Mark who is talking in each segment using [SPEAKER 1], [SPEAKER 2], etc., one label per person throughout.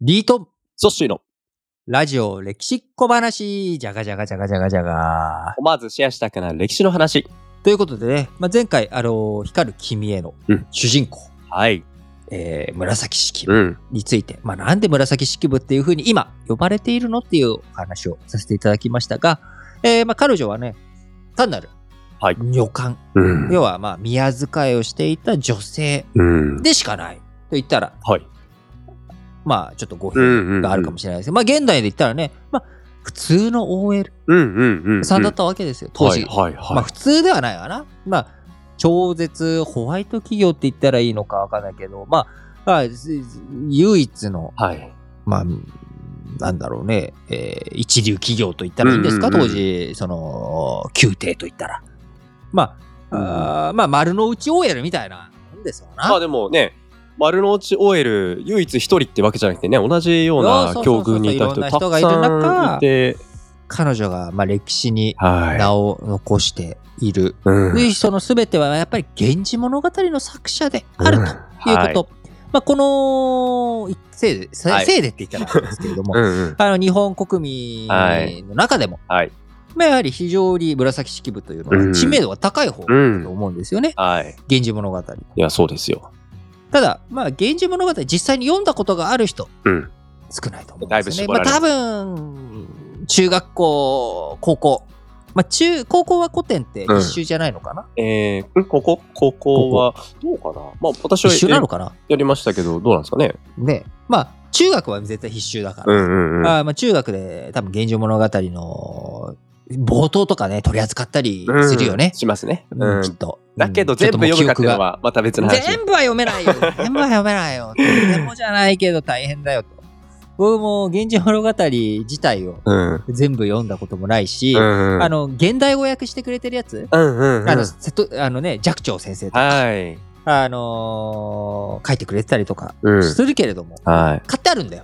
[SPEAKER 1] リート
[SPEAKER 2] ゾッシーの
[SPEAKER 1] ラジオ歴史っ小話じゃがじゃがじゃがじゃがじゃが
[SPEAKER 2] 思わずシェアしたくなる歴史の話。
[SPEAKER 1] ということでね、まあ、前回、あのー光る君への
[SPEAKER 2] うん
[SPEAKER 1] 主人公、
[SPEAKER 2] はい。
[SPEAKER 1] えー紫式部
[SPEAKER 2] うん。
[SPEAKER 1] について、まあ、なんで紫式部っていうふうに今呼ばれているのっていうお話をさせていただきましたが、えーまあ、彼女はね、単なる
[SPEAKER 2] はい
[SPEAKER 1] 女官、
[SPEAKER 2] うん。
[SPEAKER 1] 要はまあ宮遣いをしていた女性
[SPEAKER 2] うん。
[SPEAKER 1] でしかないと言ったら、
[SPEAKER 2] はい。
[SPEAKER 1] まあちょっと語弊
[SPEAKER 2] うん。
[SPEAKER 1] があるかもしれないですけど、まあ現代で言ったらね、まあ普通の OL
[SPEAKER 2] れない。うん。うん。うん。
[SPEAKER 1] さんだったわけですよ、当時。
[SPEAKER 2] はい。はい。
[SPEAKER 1] まあ
[SPEAKER 2] は
[SPEAKER 1] 普通ではないわな。まあ超絶ホワイト企業って言ったらいいのかわかんないけど、まあ、まあずず唯一の、
[SPEAKER 2] い。はい。
[SPEAKER 1] まあ、なんだろうね、えー一流企業と言ったらいいんですか、
[SPEAKER 2] うんうんうん
[SPEAKER 1] 当時、その、宮廷と言ったら。まあ、あーまあ丸の内 OL みたいなもんですわな。
[SPEAKER 2] まあでもね、丸の内 OL 唯一一人ってわけじゃなくてね、同じよう
[SPEAKER 1] あ
[SPEAKER 2] な
[SPEAKER 1] そうそう
[SPEAKER 2] 境
[SPEAKER 1] そうそう
[SPEAKER 2] 遇にいた人
[SPEAKER 1] いろんな
[SPEAKER 2] た
[SPEAKER 1] 人が
[SPEAKER 2] く
[SPEAKER 1] いる
[SPEAKER 2] さ
[SPEAKER 1] 中
[SPEAKER 2] んいて、
[SPEAKER 1] 彼女が、まあ、歴史に
[SPEAKER 2] は
[SPEAKER 1] 名を残している。
[SPEAKER 2] い。うん
[SPEAKER 1] でその全てはやっぱり「源氏物語」の作者であるという
[SPEAKER 2] は
[SPEAKER 1] こ
[SPEAKER 2] い
[SPEAKER 1] と。まあ、このせいで、せ
[SPEAKER 2] はい
[SPEAKER 1] せいでって言ったらなんですけれども、
[SPEAKER 2] うんうん。
[SPEAKER 1] あの日本国民の中でも、
[SPEAKER 2] はい。
[SPEAKER 1] まあ、やはり非常に紫式部というのは知名度が高い方だ
[SPEAKER 2] う
[SPEAKER 1] と
[SPEAKER 2] ん。
[SPEAKER 1] 思うんですよね、
[SPEAKER 2] はい。
[SPEAKER 1] 源氏物語。た
[SPEAKER 2] いや、そうですよ。
[SPEAKER 1] だ、まあ、源氏物語、実際に読んだことがある人、
[SPEAKER 2] うん。
[SPEAKER 1] 少ないと思うんですよね。
[SPEAKER 2] だいぶ絞られる
[SPEAKER 1] まあ、多分中学校、高校、まあ、中高校は古典って一周じゃないのかな、
[SPEAKER 2] えー、んここここは、どうかなまあ、私は
[SPEAKER 1] 一周な
[SPEAKER 2] え
[SPEAKER 1] のかな
[SPEAKER 2] やりましたけど、どうなんですかね。
[SPEAKER 1] ね、まあ中学は絶対必修だから、
[SPEAKER 2] ん
[SPEAKER 1] あーまあ、中学で多分「源氏物語」の冒頭とかね取り扱ったり
[SPEAKER 2] うん
[SPEAKER 1] するよね、
[SPEAKER 2] しますね。
[SPEAKER 1] うん
[SPEAKER 2] うん
[SPEAKER 1] きっ。と。
[SPEAKER 2] だけど
[SPEAKER 1] うんちょ
[SPEAKER 2] 全
[SPEAKER 1] っと
[SPEAKER 2] 部
[SPEAKER 1] もう
[SPEAKER 2] 読むかっていう
[SPEAKER 1] 記
[SPEAKER 2] の
[SPEAKER 1] 憶が
[SPEAKER 2] はまた別の話。
[SPEAKER 1] 全部は読め ないよ全部は読めないよとてもじゃないけど大変だよと。僕も「源氏物語」自体を
[SPEAKER 2] うん。
[SPEAKER 1] 全部読んだこともないし、
[SPEAKER 2] うん。
[SPEAKER 1] あの現代語訳してくれてるやつ、
[SPEAKER 2] うんうんうん。
[SPEAKER 1] あの瀬戸あのね寂聴先生とか、
[SPEAKER 2] はい。
[SPEAKER 1] あのー書いてくれてたりとか
[SPEAKER 2] うん
[SPEAKER 1] するけれども、
[SPEAKER 2] はい。
[SPEAKER 1] 買ってあるんだよ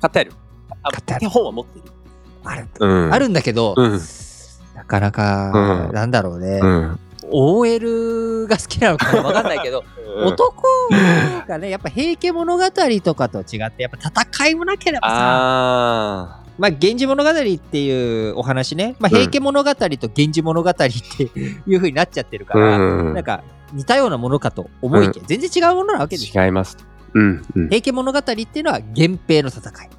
[SPEAKER 2] 買ってある。あ
[SPEAKER 1] 買ってある
[SPEAKER 2] 手本は持っている。
[SPEAKER 1] あるんだ
[SPEAKER 2] うん
[SPEAKER 1] あるんだけど、
[SPEAKER 2] うん
[SPEAKER 1] なかなか、
[SPEAKER 2] うん
[SPEAKER 1] なんだろうね、
[SPEAKER 2] うん。
[SPEAKER 1] OL が好きなのかわかんない けど、男がね、やっぱ平家物語とかと違って、やっぱ戦いもなければさ、
[SPEAKER 2] あ
[SPEAKER 1] まあ、源氏物語っていうお話ね、まあ、平家物語と源氏物語っていう風になっちゃってるか
[SPEAKER 2] あ。
[SPEAKER 1] ら、
[SPEAKER 2] うん
[SPEAKER 1] なんか似たようなものかと思いきや、全然違うものなわけですよ。
[SPEAKER 2] 違います。うんうん。
[SPEAKER 1] 平家物語っていうのは源平の戦い。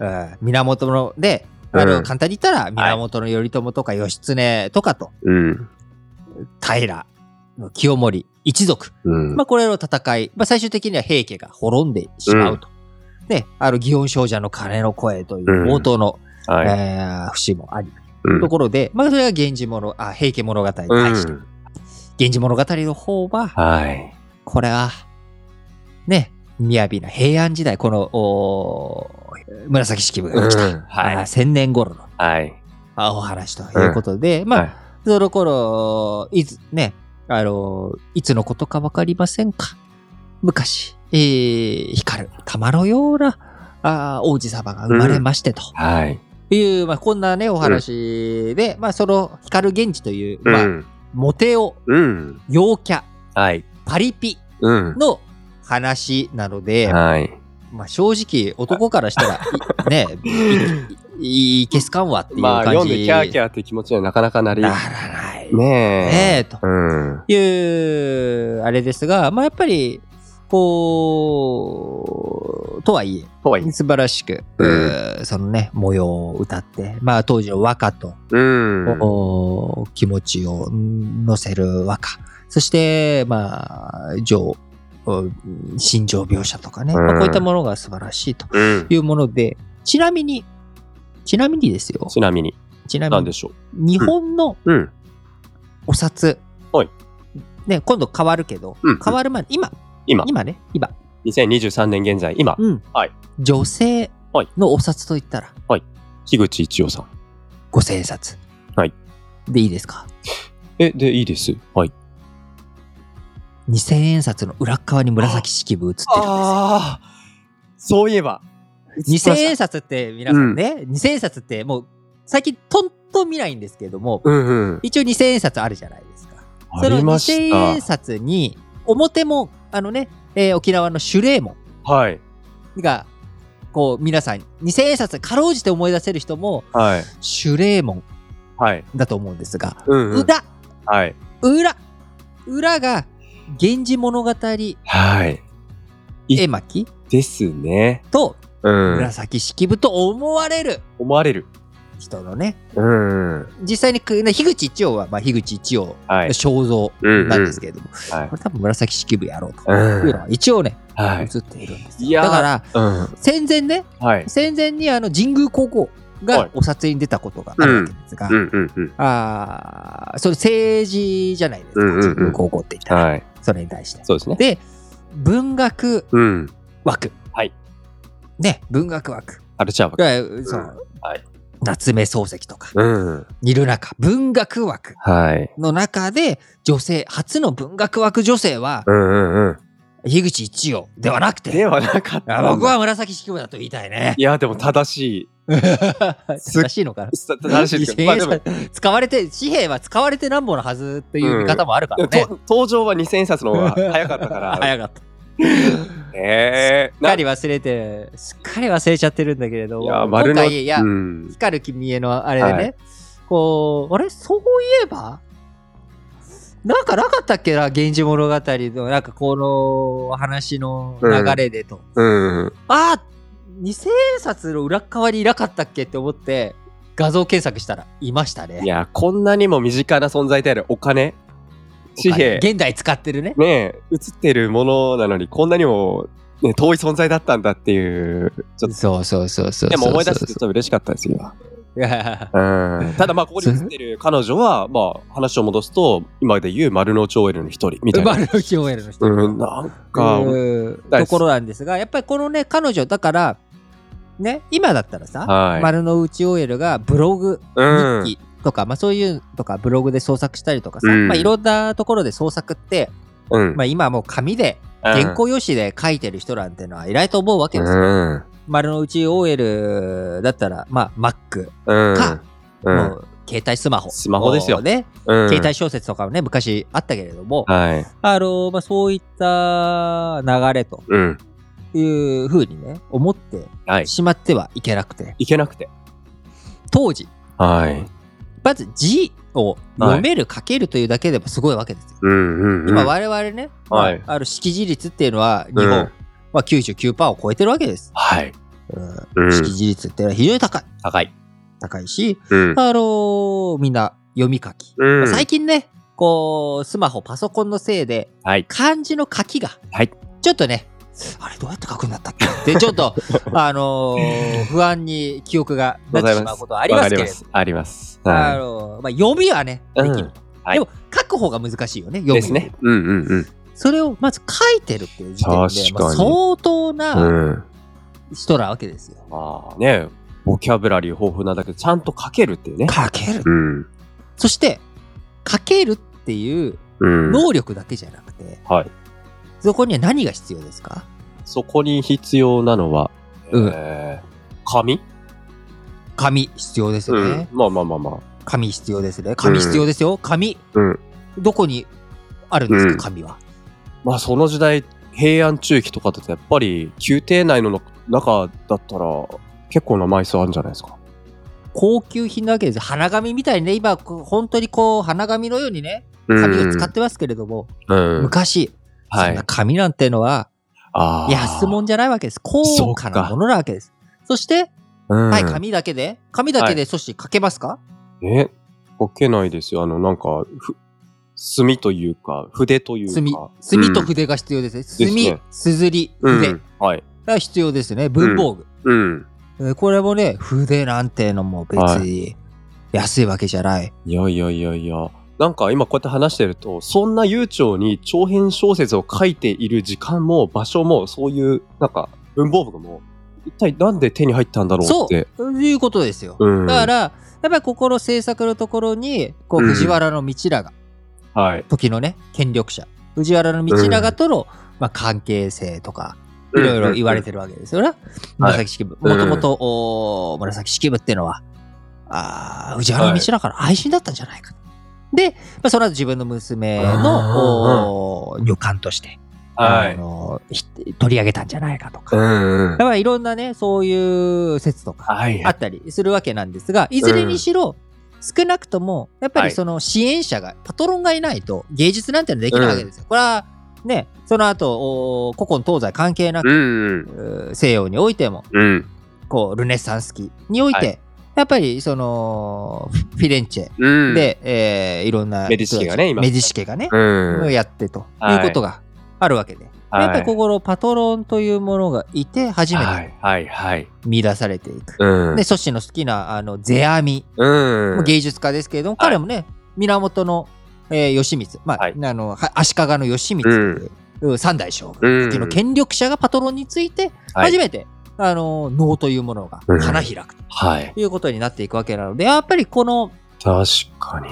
[SPEAKER 1] うん、源ので、あの
[SPEAKER 2] うん
[SPEAKER 1] 簡単に言ったら源頼朝とか義経とかと
[SPEAKER 2] うん。
[SPEAKER 1] 平清盛一族、
[SPEAKER 2] うん
[SPEAKER 1] まあ、これの戦い、まあ、最終的には平家が滅んでしまうと。ね、あの祇園少女の鐘の声という
[SPEAKER 2] うん
[SPEAKER 1] 冒頭の、
[SPEAKER 2] はい。
[SPEAKER 1] えー節もあり、
[SPEAKER 2] うん
[SPEAKER 1] ところで、まあ、それが源氏物あ平家物語に対して、源
[SPEAKER 2] うん
[SPEAKER 1] 氏物語の方は、
[SPEAKER 2] はい。
[SPEAKER 1] これは、ね、雅な平安時代、このおー紫式部が来た、
[SPEAKER 2] うんはい
[SPEAKER 1] あー千年頃の
[SPEAKER 2] はい。
[SPEAKER 1] あお話ということで、まあ、
[SPEAKER 2] はい
[SPEAKER 1] その頃、いつ、ね、あの、いつのことかわかりませんか。昔、えー、光る玉のような、あー王子様が生まれましてと
[SPEAKER 2] はい。
[SPEAKER 1] いう、まあ、こんなね、お話で、まあ、その光源氏という、まあ、
[SPEAKER 2] うん
[SPEAKER 1] モテオ、
[SPEAKER 2] うん。
[SPEAKER 1] 陽キャ、
[SPEAKER 2] はい。
[SPEAKER 1] パリピ
[SPEAKER 2] うん。
[SPEAKER 1] の話なので、
[SPEAKER 2] はい。
[SPEAKER 1] まあ、正直、男からしたら、いね、いいいいけすかんわっていう感
[SPEAKER 2] まあ、
[SPEAKER 1] じ。
[SPEAKER 2] 読んでキャーキャーって気持ちにはなかなかなり。
[SPEAKER 1] な
[SPEAKER 2] ね
[SPEAKER 1] らない。ね
[SPEAKER 2] え。
[SPEAKER 1] え、と。
[SPEAKER 2] うん。
[SPEAKER 1] いう、あれですが、まあ、やっぱり、こう、とはい
[SPEAKER 2] とはいえ
[SPEAKER 1] え、。素晴らしく、
[SPEAKER 2] うん
[SPEAKER 1] えーそのね、模様を歌って、まあ、当時の和歌と、
[SPEAKER 2] うん。
[SPEAKER 1] おー気持ちをうん乗せる和歌、そして、まあ、情、うん心情描写とかね、
[SPEAKER 2] うん
[SPEAKER 1] まあこういったものが素晴らしいと
[SPEAKER 2] うん
[SPEAKER 1] いうもので、ちなみに、ちなみにですよ、
[SPEAKER 2] ちなみに、
[SPEAKER 1] ちなみ
[SPEAKER 2] なん
[SPEAKER 1] に
[SPEAKER 2] で、しょ
[SPEAKER 1] 日本の
[SPEAKER 2] う。うん。
[SPEAKER 1] お札、
[SPEAKER 2] はい
[SPEAKER 1] ね、今度変わるけど、
[SPEAKER 2] うん
[SPEAKER 1] 変わる前に、今、
[SPEAKER 2] 今、
[SPEAKER 1] 今ね、今、
[SPEAKER 2] 2023年現在、今、
[SPEAKER 1] うん
[SPEAKER 2] はい
[SPEAKER 1] 女性
[SPEAKER 2] はい
[SPEAKER 1] のお札といったら、
[SPEAKER 2] 樋口一葉さん。
[SPEAKER 1] 五千円札。
[SPEAKER 2] はい
[SPEAKER 1] でいいですか
[SPEAKER 2] え、で、いいです。はい。
[SPEAKER 1] 二千円札の裏側に紫式部写ってるんですよ。
[SPEAKER 2] ああ、そういえば。
[SPEAKER 1] 二千円札って皆さんね、二千円札ってもう最近とんと見ないんですけども、
[SPEAKER 2] うんうん。
[SPEAKER 1] 一応二千円札あるじゃないですか。
[SPEAKER 2] あ
[SPEAKER 1] その
[SPEAKER 2] りま
[SPEAKER 1] 二
[SPEAKER 2] し
[SPEAKER 1] 千円
[SPEAKER 2] た。
[SPEAKER 1] 札に表もあのね、えー沖縄の守礼門
[SPEAKER 2] はい。
[SPEAKER 1] がこう、皆さん、二千円札、かろうじて思い出せる人も、
[SPEAKER 2] はい。
[SPEAKER 1] シュレーモン
[SPEAKER 2] はい。
[SPEAKER 1] だと思うんですが、
[SPEAKER 2] うん、うん。
[SPEAKER 1] 裏、
[SPEAKER 2] はい。
[SPEAKER 1] 裏、裏が、源氏物語
[SPEAKER 2] はい。
[SPEAKER 1] 絵巻
[SPEAKER 2] ですね。
[SPEAKER 1] と、
[SPEAKER 2] うん。
[SPEAKER 1] 紫式部と思われる
[SPEAKER 2] 思われる。
[SPEAKER 1] 人のね、
[SPEAKER 2] うん。
[SPEAKER 1] 実際にく、ね樋口一葉は、まあ、樋口一葉
[SPEAKER 2] はい
[SPEAKER 1] の。肖像
[SPEAKER 2] うん、うん。
[SPEAKER 1] なんですけれども、
[SPEAKER 2] はい
[SPEAKER 1] これ多分紫式部やろうと。
[SPEAKER 2] うん
[SPEAKER 1] いうのは一応ね、
[SPEAKER 2] は
[SPEAKER 1] 映っているんです
[SPEAKER 2] い
[SPEAKER 1] よ。
[SPEAKER 2] やー
[SPEAKER 1] だから、
[SPEAKER 2] うん。
[SPEAKER 1] 戦前ね、
[SPEAKER 2] はい。
[SPEAKER 1] 戦前にあの神宮皇后
[SPEAKER 2] は
[SPEAKER 1] が
[SPEAKER 2] い
[SPEAKER 1] お札に出たことがあるわけですが、
[SPEAKER 2] うんうんうん。
[SPEAKER 1] あーそれ政治じゃないですか、
[SPEAKER 2] うんうんうん
[SPEAKER 1] 神宮皇后って言ったら、
[SPEAKER 2] はい。
[SPEAKER 1] それに対して。
[SPEAKER 2] そうですね。
[SPEAKER 1] で、文学
[SPEAKER 2] うん。
[SPEAKER 1] 枠。
[SPEAKER 2] はい。
[SPEAKER 1] ね、文学枠。
[SPEAKER 2] カルチャー
[SPEAKER 1] い
[SPEAKER 2] ば
[SPEAKER 1] やそう、
[SPEAKER 2] はい
[SPEAKER 1] 夏目漱石とか、
[SPEAKER 2] うん。
[SPEAKER 1] ニルナカ、文学枠
[SPEAKER 2] はい。
[SPEAKER 1] の中で、女性、初の文学枠女性は、
[SPEAKER 2] うんうんうん。
[SPEAKER 1] 樋口一葉ではなくて、
[SPEAKER 2] ではなかっ
[SPEAKER 1] いや
[SPEAKER 2] た。
[SPEAKER 1] 僕。は紫式部だと言いたいね
[SPEAKER 2] い。や、でも正し。
[SPEAKER 1] 正しいの かない
[SPEAKER 2] す正しいですけど。まあでも、
[SPEAKER 1] 2000円札使われて、紙幣は使われてなんぼのはずっていう見方もあるか
[SPEAKER 2] で
[SPEAKER 1] ら
[SPEAKER 2] も
[SPEAKER 1] ね。
[SPEAKER 2] と登場は2000冊の方が早かったか ら。
[SPEAKER 1] 早かった。す
[SPEAKER 2] ええ
[SPEAKER 1] っかり忘れて、すっかり忘れちゃってるんだけれど、
[SPEAKER 2] いや、
[SPEAKER 1] 今
[SPEAKER 2] 丸の。
[SPEAKER 1] 回、いや
[SPEAKER 2] う、ん。
[SPEAKER 1] 光る君へのあれで
[SPEAKER 2] は
[SPEAKER 1] ね、こう、あれそういえばなんかなかったっけな、源氏物語の、なんかこの話の流れでと。
[SPEAKER 2] うん。
[SPEAKER 1] あ二千円札の裏っ側にいなかったっけって思って、画像検索したら、いましたね。
[SPEAKER 2] いや、こんなにも身近な存在であるお金、紙幣、
[SPEAKER 1] 現代使ってるね。
[SPEAKER 2] ねえ、映ってるものなのに、こんなにも、ね、遠い存在だったんだっていう、ちょっ
[SPEAKER 1] そうそうそうそうそうそう。
[SPEAKER 2] と、でも思い出してち ょっと嬉しかったですよ。
[SPEAKER 1] いや
[SPEAKER 2] うんただまあ、ここに映ってる彼女は、まあ、話を戻すと、今で言う丸の内 OL の一人みたいな。
[SPEAKER 1] 丸の内 OL の人。
[SPEAKER 2] うん、なんか、
[SPEAKER 1] うんところなんですが、やっぱりこのね、彼女、だから、ね、今だったらさ、
[SPEAKER 2] はい
[SPEAKER 1] 丸の内 OL がブログ、
[SPEAKER 2] うん
[SPEAKER 1] 日記とか、まあそういうとか、ブログで創作したりとかさ、
[SPEAKER 2] うん
[SPEAKER 1] まあいろんなところで創作って、
[SPEAKER 2] うん
[SPEAKER 1] まあ今はもう紙で、原稿用紙で書いてる人なんてのは偉いと思うわけ
[SPEAKER 2] う
[SPEAKER 1] ですよ。
[SPEAKER 2] ん。
[SPEAKER 1] 丸の内 OL だったら、まあ Mac、
[SPEAKER 2] うん。
[SPEAKER 1] か
[SPEAKER 2] うん
[SPEAKER 1] もう携帯スマホ。
[SPEAKER 2] スマホですよ
[SPEAKER 1] もうね。
[SPEAKER 2] うん
[SPEAKER 1] 携帯小説とかもね、昔あったけれども、
[SPEAKER 2] はい。
[SPEAKER 1] あの、まあ、そういった流れと
[SPEAKER 2] うん。
[SPEAKER 1] いうふうにね、思って
[SPEAKER 2] はい。
[SPEAKER 1] しまってはいけなくて、
[SPEAKER 2] いけなくて。
[SPEAKER 1] 当時、
[SPEAKER 2] はい。
[SPEAKER 1] まず字を読める、書けるというだけでもすごいわけですよ。
[SPEAKER 2] うんうん、うん。
[SPEAKER 1] 今、我々ね、まあ
[SPEAKER 2] はい
[SPEAKER 1] ある識字率っていうのは、日本
[SPEAKER 2] うん
[SPEAKER 1] は99%を超えてるわけです。
[SPEAKER 2] はい。
[SPEAKER 1] うん
[SPEAKER 2] うん
[SPEAKER 1] 識字率っていうのは非常に高い。
[SPEAKER 2] 高い。
[SPEAKER 1] 高いし、
[SPEAKER 2] うん。
[SPEAKER 1] あのーみんな読み書き。
[SPEAKER 2] うん
[SPEAKER 1] 最近ね、こう、スマホ、パソコンのせいで、
[SPEAKER 2] はい。
[SPEAKER 1] 漢字の書きが、
[SPEAKER 2] はい
[SPEAKER 1] ちょっとね、あれどうやって書くんだったっけって、ちょっ と、あのー不安に記憶がなってしまうことはありますけれど、
[SPEAKER 2] あります。
[SPEAKER 1] あ
[SPEAKER 2] は
[SPEAKER 1] のーまあ、読みはね、できる。
[SPEAKER 2] うんはい
[SPEAKER 1] でも、書く方が難しいよね、
[SPEAKER 2] い。
[SPEAKER 1] 読
[SPEAKER 2] で
[SPEAKER 1] み。
[SPEAKER 2] すね。うんうん
[SPEAKER 1] それをまず書いてるっていう時点で、
[SPEAKER 2] 確
[SPEAKER 1] まあ
[SPEAKER 2] かに
[SPEAKER 1] 相当
[SPEAKER 2] う。
[SPEAKER 1] なん
[SPEAKER 2] うん。
[SPEAKER 1] 人なわけですよ。
[SPEAKER 2] まあね、ボキャブラリー豊富なだけでちゃんと書けるっていうね。
[SPEAKER 1] 書ける。
[SPEAKER 2] うん。
[SPEAKER 1] そして、書けるっていう
[SPEAKER 2] うん。
[SPEAKER 1] 能力だけじゃなくて、
[SPEAKER 2] はい
[SPEAKER 1] そこには何が必要ですか
[SPEAKER 2] そこに必要なのは、
[SPEAKER 1] うん
[SPEAKER 2] えー紙
[SPEAKER 1] 紙必要ですよね。
[SPEAKER 2] うん。まあまあまあまあ。
[SPEAKER 1] 紙必要ですね。紙必要ですよ。紙。
[SPEAKER 2] うん
[SPEAKER 1] どこにあるんですか、
[SPEAKER 2] うん
[SPEAKER 1] 紙は。
[SPEAKER 2] まあその時代、平安中期とかだとやっぱり宮廷内の中だったら結構な枚数あるんじゃないですか。
[SPEAKER 1] 高級品なわけですよ。花紙みたいにね、今、こう本当にこう、花紙のようにね、紙を使ってますけれども、
[SPEAKER 2] うん。うん、
[SPEAKER 1] 昔、
[SPEAKER 2] は
[SPEAKER 1] そん
[SPEAKER 2] い
[SPEAKER 1] な。紙なんてのは、
[SPEAKER 2] ああ。
[SPEAKER 1] 安物じゃないわけです。高価なものなわけです。そして、
[SPEAKER 2] うん。
[SPEAKER 1] はい、紙だけで、紙だけで、そして書けますか
[SPEAKER 2] え、書けないですよ。あの、なんか、ふ、墨というか、筆というか。
[SPEAKER 1] 墨、墨と
[SPEAKER 2] うん
[SPEAKER 1] 筆が必要ですね。
[SPEAKER 2] す
[SPEAKER 1] 墨
[SPEAKER 2] ね、
[SPEAKER 1] すずり、
[SPEAKER 2] う
[SPEAKER 1] 筆
[SPEAKER 2] ん。はい。
[SPEAKER 1] が必要ですね。文房具。
[SPEAKER 2] うん。
[SPEAKER 1] えーこれもね、筆なんてのも別
[SPEAKER 2] は
[SPEAKER 1] に安いわけじゃない。
[SPEAKER 2] いやいやいやいや。なんか今こうやって話してると、そんな悠長に長編小説を書いている時間も場所も、そういう、なんか、文房具も、一体なんで手に入ったんだろう
[SPEAKER 1] そ
[SPEAKER 2] っ
[SPEAKER 1] う
[SPEAKER 2] て。
[SPEAKER 1] ということですよ。
[SPEAKER 2] うん。
[SPEAKER 1] だから、やっぱりここの制作のところに、こう、
[SPEAKER 2] うん
[SPEAKER 1] 藤原道長、
[SPEAKER 2] はい。
[SPEAKER 1] 時のね、権力者、藤原道長との、まあ、関係性とか、いろいろ言われてるわけですよね。紫式部。
[SPEAKER 2] うん
[SPEAKER 1] もともと、おー紫式部っていうのは、あー藤原道長の愛人だったんじゃないかと。で、まあ、その後自分の娘の、おー女官として、
[SPEAKER 2] はい
[SPEAKER 1] あのひ取り上げたんじゃないかとか。
[SPEAKER 2] んう
[SPEAKER 1] だ
[SPEAKER 2] ん
[SPEAKER 1] からいろんなね、そういう説とか
[SPEAKER 2] はい
[SPEAKER 1] あったりするわけなんですが、いずれにしろ、少なくとも、やっぱ
[SPEAKER 2] は
[SPEAKER 1] り
[SPEAKER 2] い
[SPEAKER 1] その支援者が、パトロンがいないと芸術なんてのはできないわけですよ。これはね、その後、お古今東西関係なく、
[SPEAKER 2] うん
[SPEAKER 1] うー西洋においても、
[SPEAKER 2] うん
[SPEAKER 1] こう、ルネサンス期において、
[SPEAKER 2] は
[SPEAKER 1] やっぱりその、フィレンチェ
[SPEAKER 2] うん
[SPEAKER 1] で、えーいろんな
[SPEAKER 2] メディシ家がね今
[SPEAKER 1] メディシ家がね、
[SPEAKER 2] うん
[SPEAKER 1] やってということがあるわけで、
[SPEAKER 2] はい
[SPEAKER 1] やっぱりここのパトロンというものがいて初め
[SPEAKER 2] は
[SPEAKER 1] て
[SPEAKER 2] いはいはい
[SPEAKER 1] 見出されていく、
[SPEAKER 2] うん
[SPEAKER 1] でソッシーの好きなあのゼアミ、
[SPEAKER 2] うん
[SPEAKER 1] 芸術家ですけれども彼もね、源の、えー義満、まあ
[SPEAKER 2] はい
[SPEAKER 1] あのは足利の義満という、三代将軍
[SPEAKER 2] うん
[SPEAKER 1] っていうの権力者がパトロンについて
[SPEAKER 2] はい
[SPEAKER 1] 初めて、あの能というものが
[SPEAKER 2] うん
[SPEAKER 1] 花開く
[SPEAKER 2] はい
[SPEAKER 1] ということになっていくわけなのでやっぱりこの
[SPEAKER 2] 確かに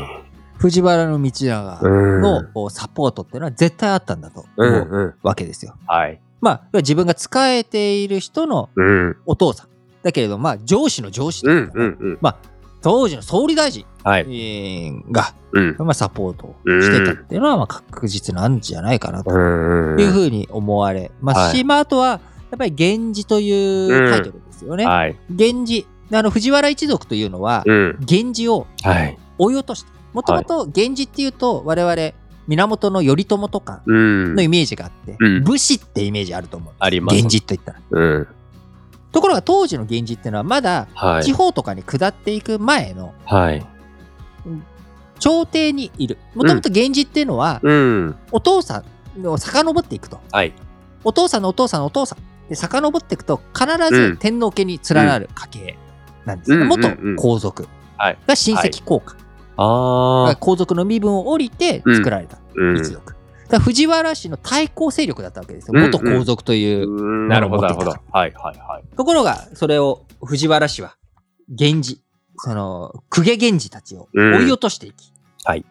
[SPEAKER 1] 藤原道長
[SPEAKER 2] うん
[SPEAKER 1] のこうサポートっていうのは絶対あったんだと
[SPEAKER 2] う
[SPEAKER 1] 思
[SPEAKER 2] ん
[SPEAKER 1] う
[SPEAKER 2] うん
[SPEAKER 1] わけですよ。
[SPEAKER 2] はい
[SPEAKER 1] まあ、要は自分が仕えている人の
[SPEAKER 2] うん
[SPEAKER 1] お父さん。だけれども、まあ、上司の上司と
[SPEAKER 2] う
[SPEAKER 1] いうんか
[SPEAKER 2] うんうん
[SPEAKER 1] 当時の総理大臣
[SPEAKER 2] はい
[SPEAKER 1] が、
[SPEAKER 2] うん
[SPEAKER 1] まあ、サポートをしてたっていうのは、まあ、確実なんじゃないかなと
[SPEAKER 2] うん
[SPEAKER 1] いうふうに思われますし、まあ、あとは、やっぱり源氏というタイトルですよね。
[SPEAKER 2] はい
[SPEAKER 1] 源氏。あの、藤原一族というのは、
[SPEAKER 2] うん
[SPEAKER 1] 源氏を
[SPEAKER 2] はい
[SPEAKER 1] 追い落とした。もともと源氏っていうと、我々、源頼朝とか
[SPEAKER 2] うん
[SPEAKER 1] のイメージがあって、
[SPEAKER 2] うん
[SPEAKER 1] 武士ってイメージあると思う。
[SPEAKER 2] あります
[SPEAKER 1] 源氏といったら。
[SPEAKER 2] うん
[SPEAKER 1] ところが当時の源氏っていうのはまだ
[SPEAKER 2] は
[SPEAKER 1] 地
[SPEAKER 2] い
[SPEAKER 1] 方とかに下っていく前の
[SPEAKER 2] はい
[SPEAKER 1] 朝廷にいるもともと源氏っていうのは
[SPEAKER 2] うん
[SPEAKER 1] お父さんを遡っていくと
[SPEAKER 2] はい
[SPEAKER 1] お父さんのお父さんのお父さんで遡っていくと必
[SPEAKER 2] う
[SPEAKER 1] ず
[SPEAKER 2] ん
[SPEAKER 1] 天皇家に連なる家系なんです、
[SPEAKER 2] うん
[SPEAKER 1] 元
[SPEAKER 2] うんうん
[SPEAKER 1] 皇族
[SPEAKER 2] はい
[SPEAKER 1] が親戚公家、
[SPEAKER 2] ああ
[SPEAKER 1] 皇族の身分を降りて作られた
[SPEAKER 2] うん
[SPEAKER 1] 一族、だから藤原氏の対抗勢力だったわけですよ
[SPEAKER 2] うんうん
[SPEAKER 1] 元皇族という、
[SPEAKER 2] うんなるほどなるほど
[SPEAKER 1] 持って
[SPEAKER 2] はいはいはい
[SPEAKER 1] ところがそれを藤原氏は源氏その公家源氏たちを
[SPEAKER 2] うん
[SPEAKER 1] 追い落としていき、
[SPEAKER 2] はい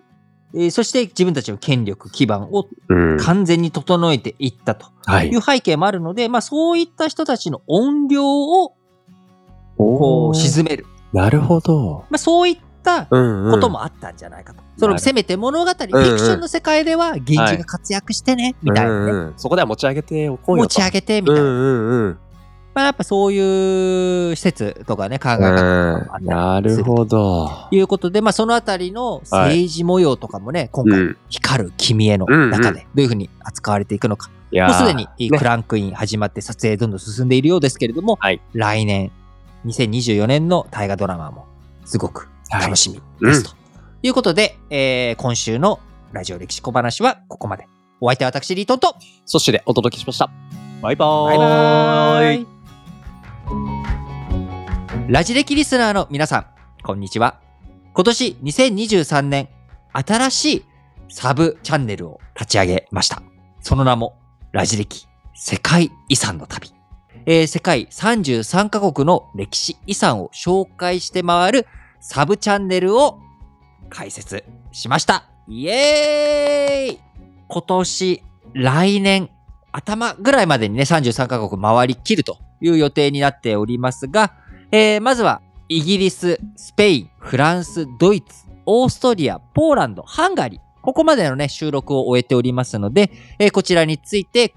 [SPEAKER 1] えーそして自分たちの権力基盤を
[SPEAKER 2] うん
[SPEAKER 1] 完全に整えていったと
[SPEAKER 2] はい
[SPEAKER 1] いう背景もあるので、まあ、そういった人たちの怨霊をこう沈める、
[SPEAKER 2] なるほど。
[SPEAKER 1] まあ、そういった
[SPEAKER 2] うん、
[SPEAKER 1] こと。もあったんじゃないかと、その
[SPEAKER 2] なる
[SPEAKER 1] せめて物語、フ
[SPEAKER 2] うん
[SPEAKER 1] ィクションの世界では源氏が活躍してね、みたいなね、
[SPEAKER 2] うんうん。そこでは持ち上げておこうよ
[SPEAKER 1] 持
[SPEAKER 2] と。
[SPEAKER 1] ち上げてみ
[SPEAKER 2] う
[SPEAKER 1] たい
[SPEAKER 2] ん
[SPEAKER 1] な、
[SPEAKER 2] うんうん。
[SPEAKER 1] まあ、やっぱそういう施設とかね考え方とかもあった
[SPEAKER 2] うん
[SPEAKER 1] り
[SPEAKER 2] な
[SPEAKER 1] す
[SPEAKER 2] るほど。
[SPEAKER 1] ということで、まあ、そのあたりの政治模様とかもね、今回、
[SPEAKER 2] うん
[SPEAKER 1] 光る君への中で、どういうふうに扱われていくのか、
[SPEAKER 2] いや
[SPEAKER 1] もう
[SPEAKER 2] ー
[SPEAKER 1] すでにいいクランクイン始まって、撮影どんどん進んでいるようですけれども、
[SPEAKER 2] はい
[SPEAKER 1] 来年、2024年の大河ドラマも、すごく
[SPEAKER 2] はい
[SPEAKER 1] 楽しみです。ということで、えー今週のラジオ歴史小話はここまで。お相手は私、リートンと、
[SPEAKER 2] そしてでお届けしました。バイバーイ。
[SPEAKER 1] バイバーイ。ラジ歴リスナーの皆さん、こんにちは。今年2023年、新しいサブチャンネルを立ち上げました。その名も、ラジ歴世界遺産の旅。えー世界33カ国の歴史遺産を紹介して回るサブチャンネルを開設しました。イエーイ今年、来年、頭ぐらいまでにね、33カ国回りきるという予定になっておりますが、えーまずは、イギリス、スペイン、フランス、ドイツ、オーストリア、ポーランド、ハンガリー、ここまでのね、収録を終えておりますので、えーこちらについて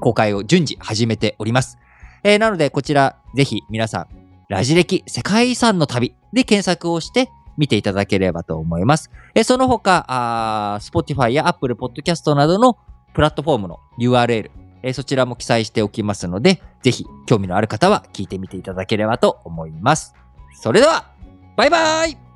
[SPEAKER 1] 公開を順次始めております。えーなので、こちら、ぜひ皆さん、ラジ歴世界遺産の旅で検索をして見ていただければと思います。えーその他、あー Spotify や Apple Podcast などのプラットフォームの URL、えーそちらも記載しておきますので、ぜひ興味のある方は聞いてみていただければと思います。それでは、バイバイ